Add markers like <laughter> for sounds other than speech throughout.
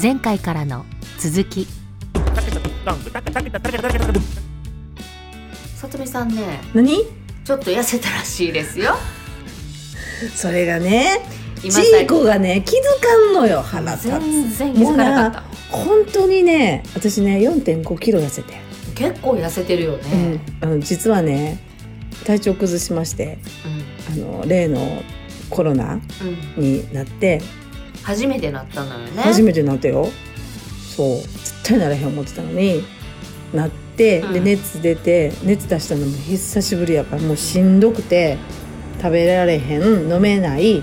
前回からの続きさとみさんね何ちょっと痩せたらしいですよそれがね今ジさーコがね気づかんのよ腹立全然気もづうかなかっな本当にね私ね4 5キロ痩せて、た結構痩せてるよね、うん、あの実はね体調崩しましてあの例のコロナうんうんになって初めてなったのよね初めてなったよそう絶対ならへん思ってたのになってうんで熱出て熱出したのも久しぶりやからもうしんどくて食べられへん飲めない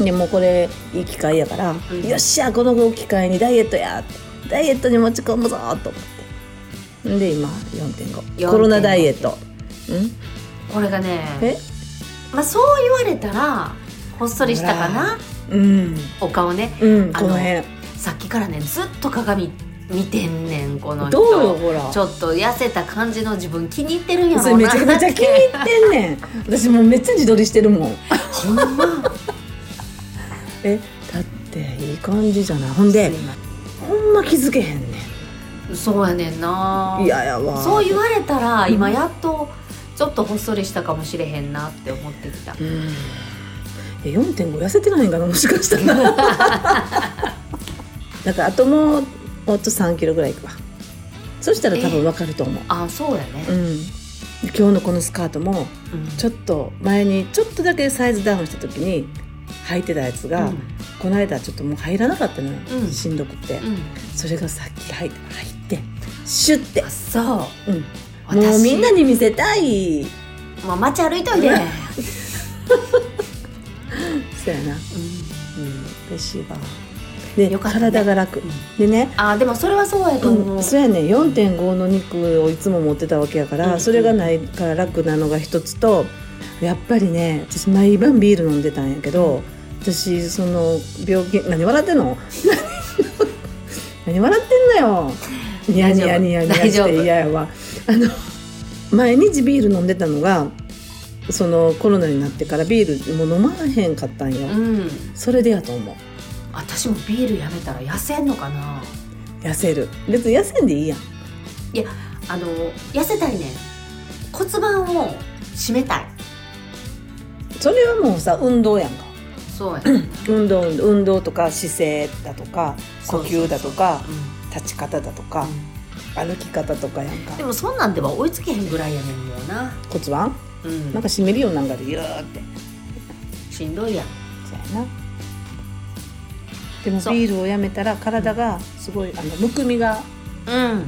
でもうこれいい機会やから、うんよっしゃこの機会にダイエットやダイエットに持ち込むぞと思ってんで今4.5 4.5コロナダイエットうんこれがねえまあそう言われたらほっそりしたかなうんお顔ねうんあこのの辺さっきからねずっと鏡見てんねんこの人どうよほらちょっと痩せた感じの自分気に入ってるんやそろれうめなちゃくちゃ気に入ってんねん私もうめっちゃ自撮りしてるもんほんまえだっていい感じじゃないほんでほんま気づけへんねそうやねんなん嫌やわそう言わわれたらうん今やっとちょっとほっそりしたかもしれへんなって思ってきたうんえ4.5痩せてないんかなもしかし <laughs> たらだからあともうもうちょっと3キロぐらいいくわそしたら多分わかると思うあそうやねうん今日のこのスカートもうんちょっと前にちょっとだけサイズダウンした時に履いてたやつが、うんこの間ちょっともう入らなかったのよ、うんしんどくて、うんそれがさっき入って入ってシュッてあ、そううん、私もうみんなに見せたいもう街歩いといで、ううんん、そうやな、うん、嬉しいわで、よかったね体が楽でね、あでもそれはそうやと思う、うん、そうやね4.5の肉をいつも持ってたわけやから、うんそれがないから楽なのが一つとやっぱりね私毎晩ビール飲んでたんやけど、私その病気何笑ってんの <laughs> 何笑ってんのよニヤニヤニヤニヤ大丈し夫大丈て夫嫌やわあの毎日ビール飲んでたのがそのコロナになってからビールもう飲まへんかったんよ、うん、それでやと思う私もビールやめたら痩せんのかな痩せる別に痩せんでいいやんあの痩せたいね骨盤を締めたいそれはもうさ運動やんかそうやね、うん、運動運動運動とか姿勢だとか呼そうそうそう吸だとか立ち方だとか歩き方とかやんかでもそんなんでは追いつけへんぐらいやねんもうな、骨盤うん、なんか締めるようなんかでギューってしんどいやんそうやなでもそうビールをやめたら体がすごいあのむくみがうん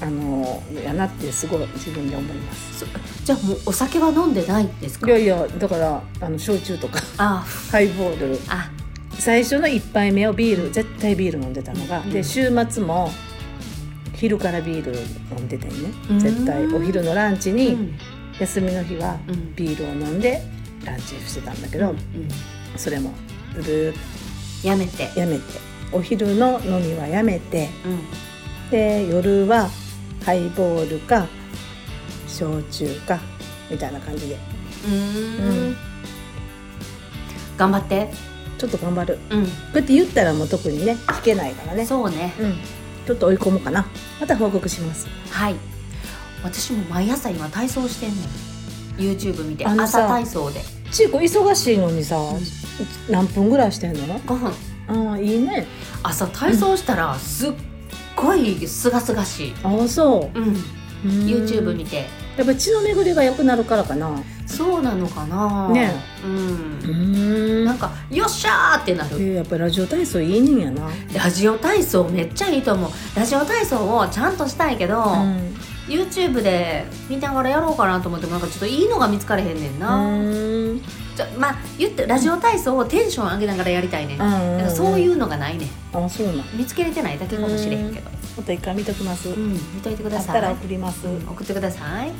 あのやなってすごい自分で思いますそじゃあもうお酒は飲んでないんですかいやいやだからあの焼酎とかあハイボールあ最初の1杯目をビール絶対ビール飲んでたのが、うんで週末も昼からビール飲んでたよねうん絶対お昼のランチに、うん休みの日はうんビールを飲んでランチしてたんだけうんど、それもブルーっやめてとやめてお昼の飲みはやめてうんで夜はハイボールか焼酎かみたいな感じでうーうん頑張ってちょっと頑張るうこうやって言ったらもう特にね聞けないからんねそうねうんちょっと追い込もうかなまた報告しますはい私も毎朝今体操してんのよ YouTube 見てあのさ朝体操でちいこ忙しいのにさ、何分ぐらいしてんの5分ああいいね朝体操したらすっごいすがすがしい、ああそうん、う、うん、 YouTube 見てやっぱ血の巡りが良くなるからかなそうなのかなねううんんなんか「よっしゃー!」ってなえるーやっぱりラジオ体操いいねんやな、ラジオ体操めっちゃいいと思うラジオ体操をちゃんとしたいけど、うん、 YouTube で見ながらやろうかなと思ってもなんかちょっといいのが見つかれへんねんな、うんちょまあ言ってラジオ体操をテンション上げながらやりたいね、ん、だからそういううのがないねんんあそうなん見つけれてないだけかもしれへんけどまた一回見ときます、うん、見といてくあだっさたいら送ります、うん送ってください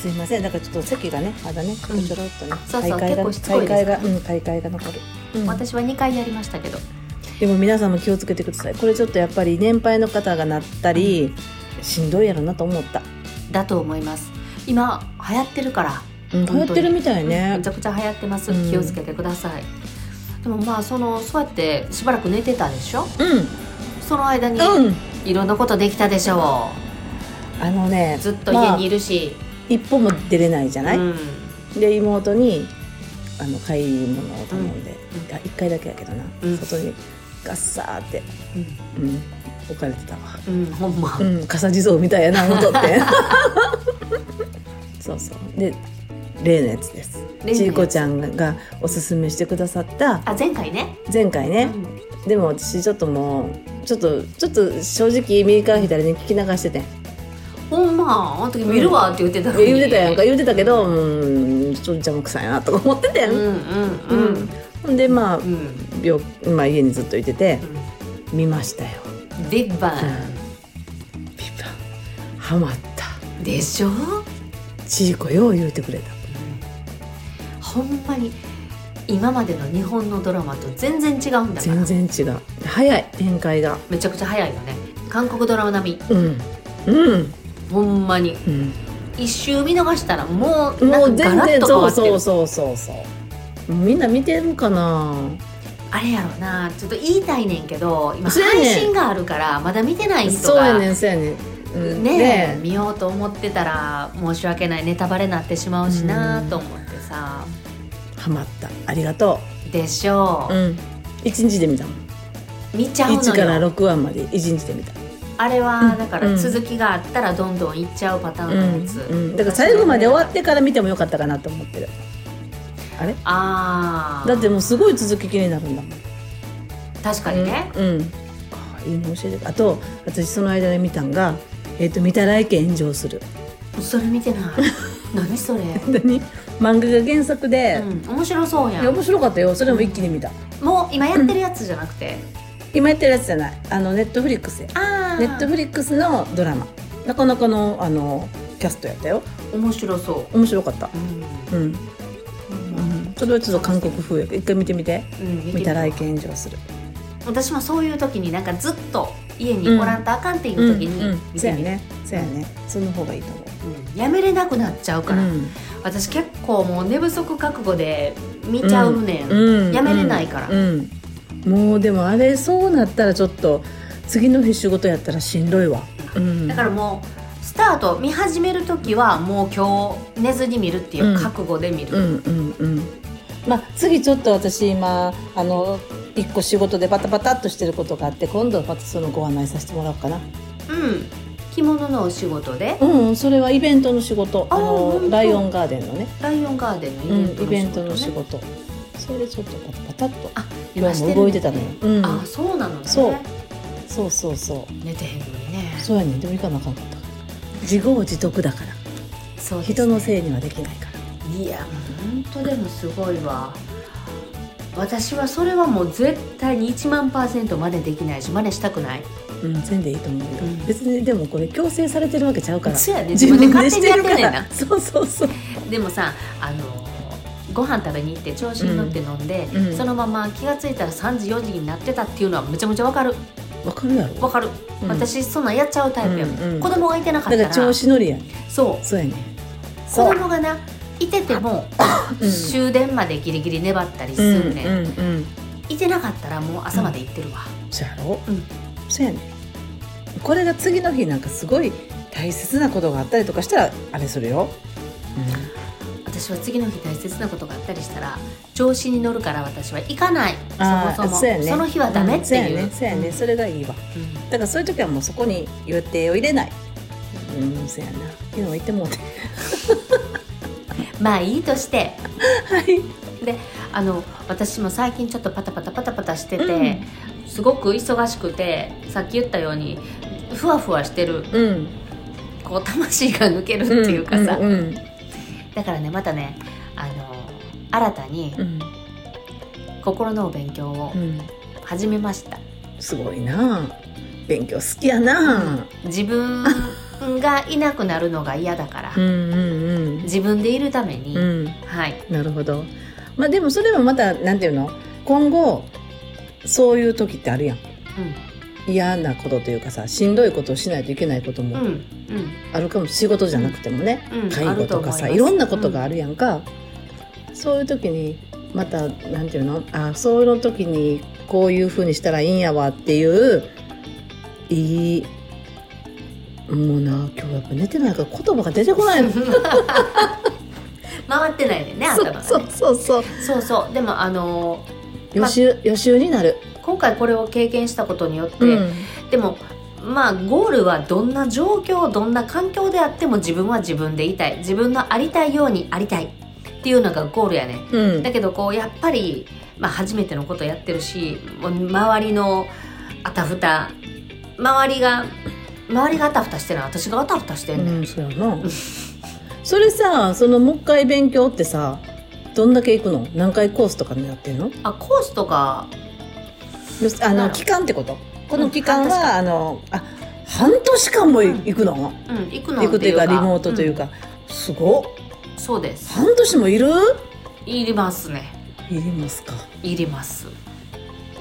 すいませんだからちょっと席がねまだねちょろっとね、そうそう大会が結構しつこいです大会がうん大会が残る、うん私は2回やりましたけどでも皆さんも気をつけてくださいこれちょっとやっぱり年配の方がなったりしんどいやろなと思った、だと思います今流行ってるから、うん、本流当に行ってるみたいねめちゃくちゃ流行ってますうん気をつけてください、でもまあそのそうやってしばらく寝てたでしょうんその間にうんいろんなことできたでしょあのねうずっと家にいるし、一歩も出れないじゃない、うんで妹にあの買い物を頼んで、うんあ一1回だけやけどな、うん外にガッサーって、うん、置かれてたわうん、うん、ほんま、うん傘地蔵みたいやな音って <laughs> そうそうで例のやつです例のやつちいこちゃんがおすすめしてくださったあ前回ね前回ね、うんでも私ちょっともうちょっとちょっと正直右から左に聞き流しててほんまあの時見るわって言ってたのに言うてたやんか言うてたけどうんちょっと邪魔くさいなとか思っててうんうんん、うんほんでまあうん、うん病、まあ、家にずっといてて見ましたよビッグバン、ピパハマったでしょちいこよう言うてくれたほんまに今までの日本のドラマと全然違うんだから全然違う早い展開がめちゃくちゃ早いよね韓国ドラマ並みうんうんほんまにうん一周見逃したらもうもなうんかガ全ラッ然と変そわうってるそうそうそうそうみんな見てるかなあれやろなちょっと言いたいねんけど今そうや配ねん信があるからまだ見てない人そうやがねんそうやねん、うん、ねえね見ようと思ってたら申し訳ないネタバレになってしまうしなと思ってさハマったありがとでしょううん一日で見たもんう見ちゃう1のからよ6話まで一日で見たあれはだかうらん続きがあったらどんどんいっちゃうパターンのやつ、うんうん、だから最後まで終わってから見てもよかったかなと思ってるあれああだってもうすごい続き気になるんだもん確かにね、うんあーいいの教えてあと私その間で見たんが「えっと見たら家炎上するそれ見 <laughs> てない何それ、」何漫画が原作で、うん、面白そうやいや面ん白かったよそれも一気に見た、もう今やってるやつじゃなくて、今やってるやつじゃないあのネットフリックスやああネットフリックスのドラマなかなかのあのキャストやったよ面白そ面白かったう、うんうん、うん、それはちょっと韓国風やけど一回見てみてうん、見て見みたたら意見上する私もそういう時になんかずっと家におらんとあかんっていう時うんうにん見そうてやみる、ねそうやねその方がいいと思ううんやめれなくなっちゃうから、私結構もう寝不足覚悟で見ちゃうねん、うんやめれないからうんうんもうでもあれそうなったらちょっと次の日仕事やったらしんどいわ、うんだからもうスタート見始める時はもう今日寝ずに見るっていう覚悟で見る、うんうんうんまあ次ちょっと私今あの一個仕事でバタバタっとしてることがあって今度またそのご案内させてもらおうかなうん、着物のお仕事でうんそれはイベントの仕事ああー本当のライオンガーデンのねライオンガーデンうんのイイベベンントトのの仕仕事、ね事それでちょっとバタバタっとあ今今してるんだもね動いてたのよ、うん、あそうなのねそうそうそうそう寝てへんのにねそうやねんでも行かなあかんかった自業自得だからそうですね人のせいにはできないからいや本当でもすごいわ私はそれはもう絶対に1万パーセント真似できないし真似したくないうん、全でいいと思うよ、うん別にでもこれ強制されてるわけちゃうからそうやね自分で勝手にやってんねんなそうそうそうでもさあのご飯食べに行って調子に乗って飲んで、うんそのまま気がついたら3時4時になってたっていうのはめちゃめちゃわかるわかるやろわかる、うん私そんなんやっちゃうタイプやもん、うんうん子供がいてなかっだたからら調子乗りやんそうそうやね子供がないててもうん終電までギリギリ粘ったりすうんね、んんうんいてなかったらもう朝まで行ってるわ、そうやろ、うんそうやねこれが次の日なんかすごい大切なことがあったりとかしたらあれするよ、私は次の日大切なことがあったりしたら調子に乗るから私は行かないあそーもそそもうやねその日はダメっていう,うん、んそうやねそうやね、それがいいわだからそういう時はもうそこに予定を入れないうんそうやな昨日言ってもうてうんまあいいとしてはいあの私も最近ちょっとパタパタパタパタしてて、うんすごく忙しくてさっき言ったようにふわふわしてるうんこう魂が抜けるっていうかさ、んうんだからねまたねあの新たにうん心のお勉強をうん始めました、すごいなあ勉強好きやなあ自分がいなくなるのが嫌だから、うんうん自分でいるために、うんうんはいなるほどまあでもそれはまたなんていうの今後そういう時ってあるやん嫌なことというかさしんどいことをしないといけないことうんうもんうんあるかも、仕事じゃなくてもね、うん介護とあると思いかさますいろんなことがあるやんか、そういう時にまたなんていうのあそういう時にこういうふうにしたらいいんやわっていういいもうな今日やっぱ寝てないから言葉が出てこ <laughs> ないの回ってないねんね頭がねそうそうそうそうそうでもあのー予習、予習になる、今回これを経験したことによって、うんでもまあゴールはどんな状況どんな環境であっても自分は自分でいたい自分のありたいようにありたいっていうのがゴールやねうんだけどこうやっぱり、まあ、初めてのことやってるしもう周りのあたふた周りが周りがあたふたしてるの私があたふたしてんねん、うん、そうや <laughs> なそれさそのもう一回勉強ってさどんだけ行くの何回コースとかになってんのあコースとかよあなのる期間ってことこの期間うん半年は、あのあ半年間もいうん行くの、うん行くの行くというかリモートというか、か、すごっうんそうです半年もいるいりますねいりますかいります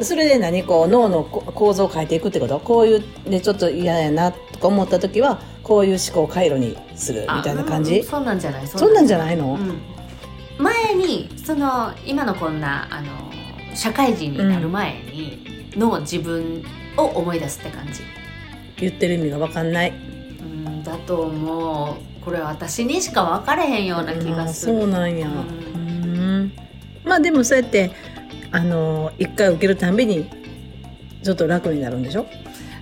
それで何こう脳のこ構造を変えていくってことこういうでちょっと嫌やなとか思った時はこういう思考回路にするみあたいな感うんじ、そうなんじゃないそそんなんじゃゃないの、うん、前にその今のこんなあの社会人になる前にの自分を思い出すって感じ言ってる意味が分かんないうんだと思うこれ私にしか分かれへんような気がすあーるそうなんや、ううんんまあでもそうやってあの一回受けるたんびにちょっと楽になるんでしょ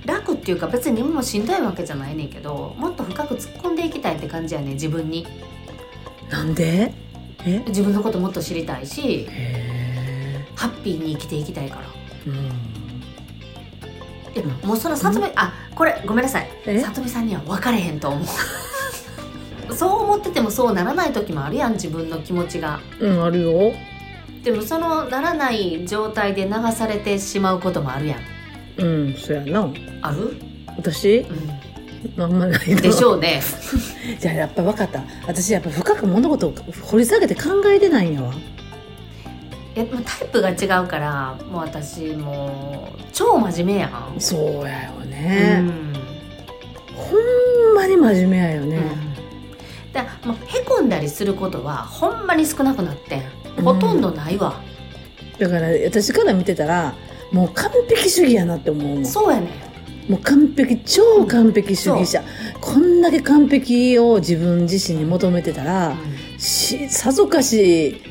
楽っていうか別に今もしんどいわけじゃないねんけどもっと深く突っ込んでいきたいって感じやね自分になんでえ自分のこともっと知りたいしへハッピーに生きていきたいからーうんいやもうその里見あこれごめんなさいえ里見さんには分かれへんと思う <laughs> そう思っててもそうならない時もあるやん自分の気持ちがうんあるよでもそのならない状態で流されてしまうこともあるやんうんそやなある、私う、あんまないなんでしょうね <laughs> じゃあやっぱ分かった私やっぱ深く物事を掘り下げて考えてないんやわいやもうタイプが違うからもう私もう超真面目やん、そうやようね、んほんまに真面目やよね、うんだからもうへこんだりすることはほんまに少なくなってんほとんどないわ、だから私から見てたらもう完璧主義やなって思うもんそうやねんもう完璧超完璧主義者、こんだけ完璧を自分自身に求めてたらしさぞかし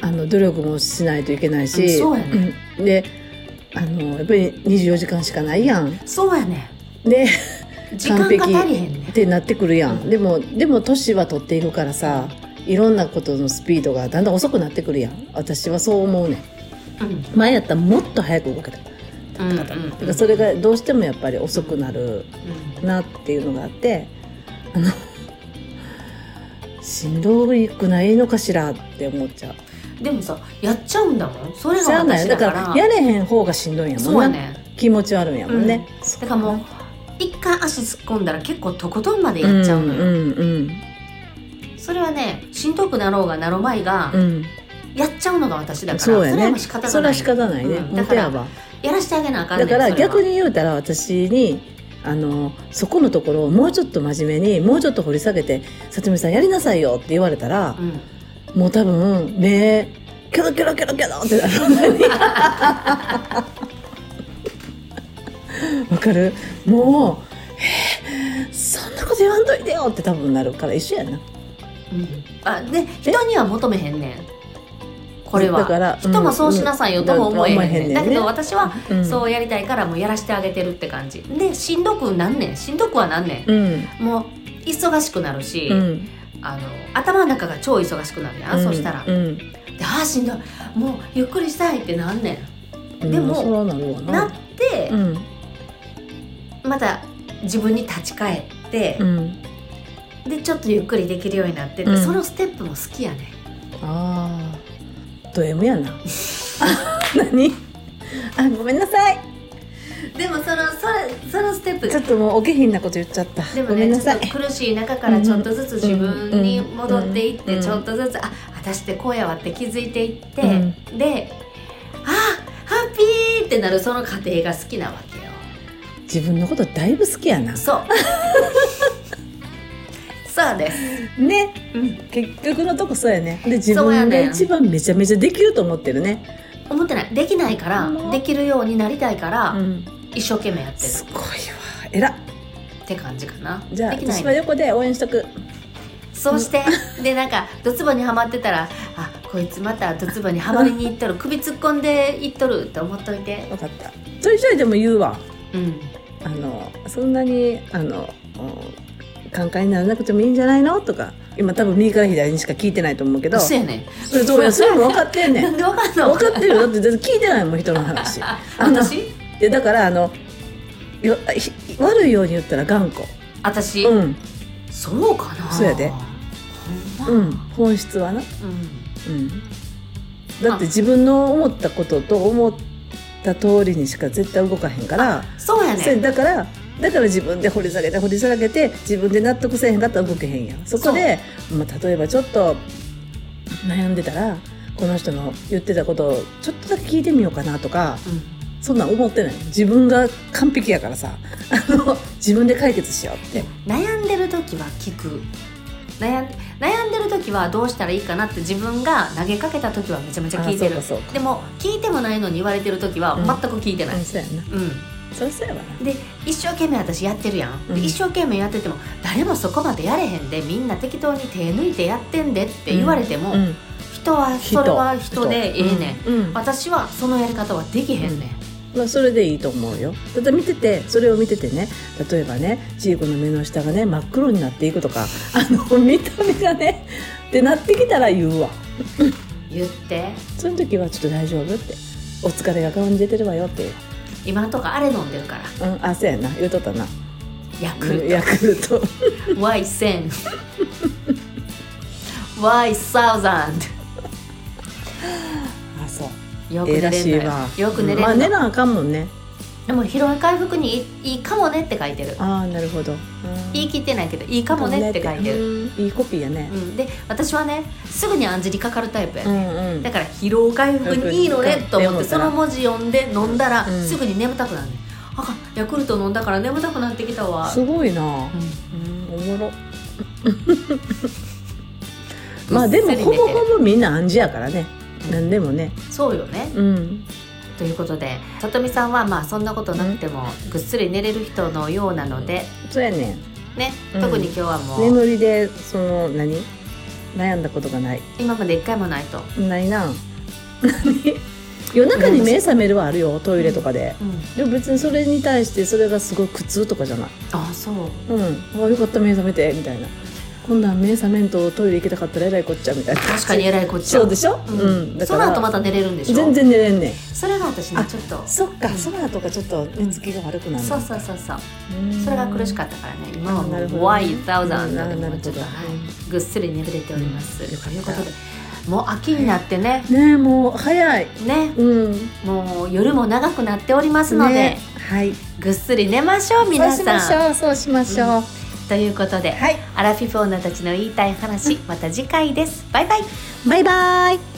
あの努力もしないといけないうし、んそうやねうんであのやっぱり24時間しかないやん。そうやねでん時間が足りへんねっんてなってくるやん、うんでもでも年は取っていくからさいろんなことのスピードがだんだん遅くなってくるやん私はそう思うねうんん前やったらもっと早く動けたうだんうんからそれがどうしてもやっぱり遅くなるうんなっていうのがあってあのしんどいくないのかしらって思っちゃうでもさやっちゃうんだもんそれしゃがあない私だだかかららやれへん方がしんどいんやそうもやんねねん気持ち悪いんやもんね、だからもう一回足突っ込んだら結構とことんまでやっちゃうのよ、んうんそれはねしんどくなろうがなろうまいが、うんやっちゃうのが私だからそうやれはもねう仕方がないそれは仕方ないね、うんもうだか手ら幅やらしてあげなあかんねだんから逆にに言うたら私にあのそこのところをもうちょっと真面目にもうちょっと掘り下げて「さつみさんやりなさいよ」って言われたら、うんもう多分目キョロキョロキョロキョロってなる <laughs> のにわかるもう「えーそんなこと言わんといてよ」って多分なるから一緒やな。うんあで人には求めへんねんこれはだから人もそうしなさいよとも思えへんねん,、うんだけど思私はうんそうやりたいからもうやらしてあげてるって感じでしんどくなんねんしんどくはなんねん、うんもう忙しくなるし、うんあの頭の中が超忙しくなるやん、そしたら、うでんああしんどいもうゆっくりしたいってなんねうんでもそれはなるわん、ななってう、んまた自分に立ち返ってう、んでちょっとゆっくりできるようになってて、うんそのステップも好きやねああ、ド M やな。 <laughs> 何？ <laughs> あ、ごめんなさい。でもそのそれそのステップちょっともうお下品なこと言っちゃった。でもごめねんなちょさっい。と苦しい中からちょっとずつ自分に戻っていっうてんちょっとずつあ私ってこうやわって気づいていって、うであハッピーってなるその過程が好きなわけよ自分のことだいぶ好きやな。 <laughs> そうそうです、ね、結局のとこそうやね。で自そうや分がね一番めちゃめちゃできると思ってるね。思ってないできないからうんできるようになりたいから、ん、一生懸命やってるすごいわ。えらって感じかなじゃあできない私は横で応援しとくそうして、でなんかドツボにはまってたらあこいつまたドツボにはまりにいっとる首突っ込んでいっとるって思っといて分かったちょいちょいでも言うわうんあのそんなにあのお寛解にならなくてもいいんじゃないのとか今多分右から左にしか聞いてないと思うけどそうやねそれそうやそれも分かってんねなんんでわかんの分かってるよだって全然聞いてないもん人の話あの私でだからあのよひ悪いように言ったら頑固私、うんそうかなそうやでほんま、うん本質はなうんうんだって自分の思ったことと思った通りにしか絶対動かへんからそうやそれねだからだから自分で掘り下げて掘り下げて自分で納得せえへんかったら動けへんやんそこでまあ、例えばちょっと悩んでたらこの人の言ってたことをちょっとだけ聞いてみようかなとかうんそんなん思ってない自分が完璧やからさあの自分で解決しようって悩んでる時は聞く悩ん悩んでる時はどうしたらいいかなって自分が投げかけた時はめちゃめちゃ聞いてるあそうかそうかでも聞いてもないのに言われてる時はうん全く聞いてない、うんそうやうなん、そりゃそうやわなで一生懸命私やってるやん、でうん一生懸命やってても誰もそこまでやれへんでみんな適当に手抜いてやってんでって言われても、うん人はそれは人でええねん、うんうん私はそのやり方はできへんねん、まあ、それでいいと思うよただ見ててそれを見ててね例えばねジーコの目の下がね真っ黒になっていくとかあの見た目がねってなってきたら言うわ言ってその時はちょっと大丈夫ってお疲れが顔に出てるわよって今のとこあれ飲んでるからうんあそうやな言うとったなヤクうんルヤクルトト <laughs> Y1000 Y1000 あそうよくええ寝られしいんのよわよく寝れんの、まあ寝なあかんもんねでも疲労回復にいいいいかもねって書いてるああなるほど、うん言い切ってないけどいいかもねって書いてるうんいいコピーやねう、ん、で私はねすぐに暗示にかかるタイプやうね、ん、うんだから疲労回復にいいのねと思ってその文字読んで飲んだらうんすぐに眠たくなるね、あかんヤクルト飲んだから眠たくなってきたわ、すごいなうんうんおもろまあでもほぼほぼみんな暗示やからね何でもねそうよねうんということでさとみさんはまあそんなことなくてもぐっすり寝れる人のようなのでそうやねんね、うん特に今日はもう眠りでその何悩んだことがない今まで一回もないと、ないな <laughs> 何夜中に目覚めるはあるよトイレとかでうん、でも別にそれに対してそれがすごい苦痛とかじゃないあそううんあよかった目覚めてみたいな今度は目覚めんとトイレ行けたかったらえらいこっちゃみたいな確かに偉いこっちゃそうでしょ、うんうん、だそかのら後また寝れるんでしょ全然寝れんねんそれが私ねあちょっとそっか、うんソナとかちょっと寝つきが悪くなるそうそうそうそううんそれが苦しかったからね、今はもなるほうど Y ザウザンなでるほどもうちょっと、はうんい、ぐっすり眠れております。うんよとかったいうことで、もう秋になってね、ねえもう早いね、うんもう夜も長くなっておりますので、ねはいぐっすり寝ましょう皆そうしましさん。ょうそうしましょう、うんということで、はいアラフィフォーナたちの言いたい話、また次回です。バイバイ。バイバイ